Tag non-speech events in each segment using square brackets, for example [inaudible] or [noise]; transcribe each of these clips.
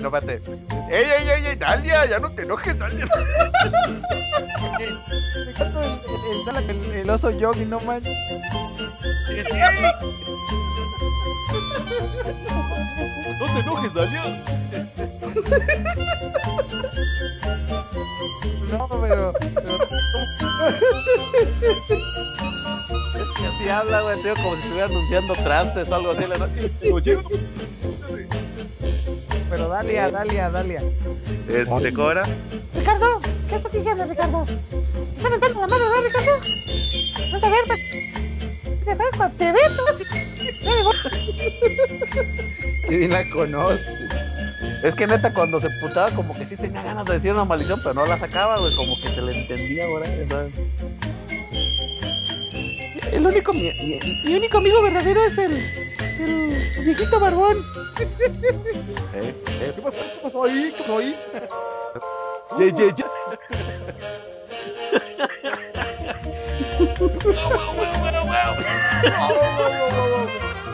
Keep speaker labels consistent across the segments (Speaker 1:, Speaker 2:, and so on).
Speaker 1: No, espérate. ¡Ey, ey, ey, ey! ¡Dalia! ¡Ya no te enojes,
Speaker 2: [laughs]
Speaker 1: Dalia!
Speaker 3: Dejando el, el, el Salak, el- el oso yogi, no manches.
Speaker 1: ¡No te enojes, Dalia!
Speaker 3: No, pero. pero
Speaker 2: Es que así habla, güey, tío, como si estuviera anunciando trastes o algo así. le da-
Speaker 1: Oye,
Speaker 3: Pero Dalia, Dalia, Dalia.
Speaker 1: este, Cora.
Speaker 4: Ricardo, ¿qué estás diciendo, Ricardo? ¿Estás metiendo la mano, no, Ricardo? No te alerta. Te dejo, te alerta.
Speaker 5: Qué bien la conoce.
Speaker 2: Es que neta, cuando se putaba, como que sí tenía ganas de decir una maldición, pero no la sacaba, güey, como que se le entendía, ¿eh? ahora.
Speaker 4: El único, mi, mi- mi único amigo verdadero es el, el viejito barbón.
Speaker 1: Eh,
Speaker 3: ¿Qué pasó? ¿Qué pasó ahí? ¿Qué pasó ahí?
Speaker 2: [laughs] Ye, ye, ye.
Speaker 3: No, no, no, no, no, no. A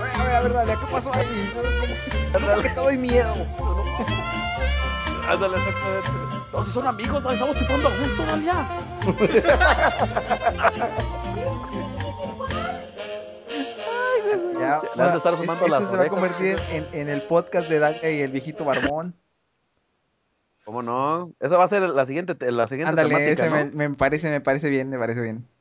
Speaker 3: ver, a ver, a ver, Dalia, ¿qué pasó ahí? ¿Cómo, cómo que te doy miedo?
Speaker 2: Ándale, exactamente. No, si son amigos, no, estamos chupando a gusto, Dalia.
Speaker 3: Ya,
Speaker 2: Le has de estar sumando
Speaker 3: este
Speaker 2: las
Speaker 3: se va
Speaker 2: orejas,
Speaker 3: a convertir en, en el podcast de Dalia y el viejito barbón.
Speaker 2: ¿Cómo no? Esa va a ser la siguiente, la siguiente
Speaker 3: Ándale,
Speaker 2: temática,
Speaker 3: ese
Speaker 2: ¿no?
Speaker 3: me, me parece, me parece bien, me parece bien.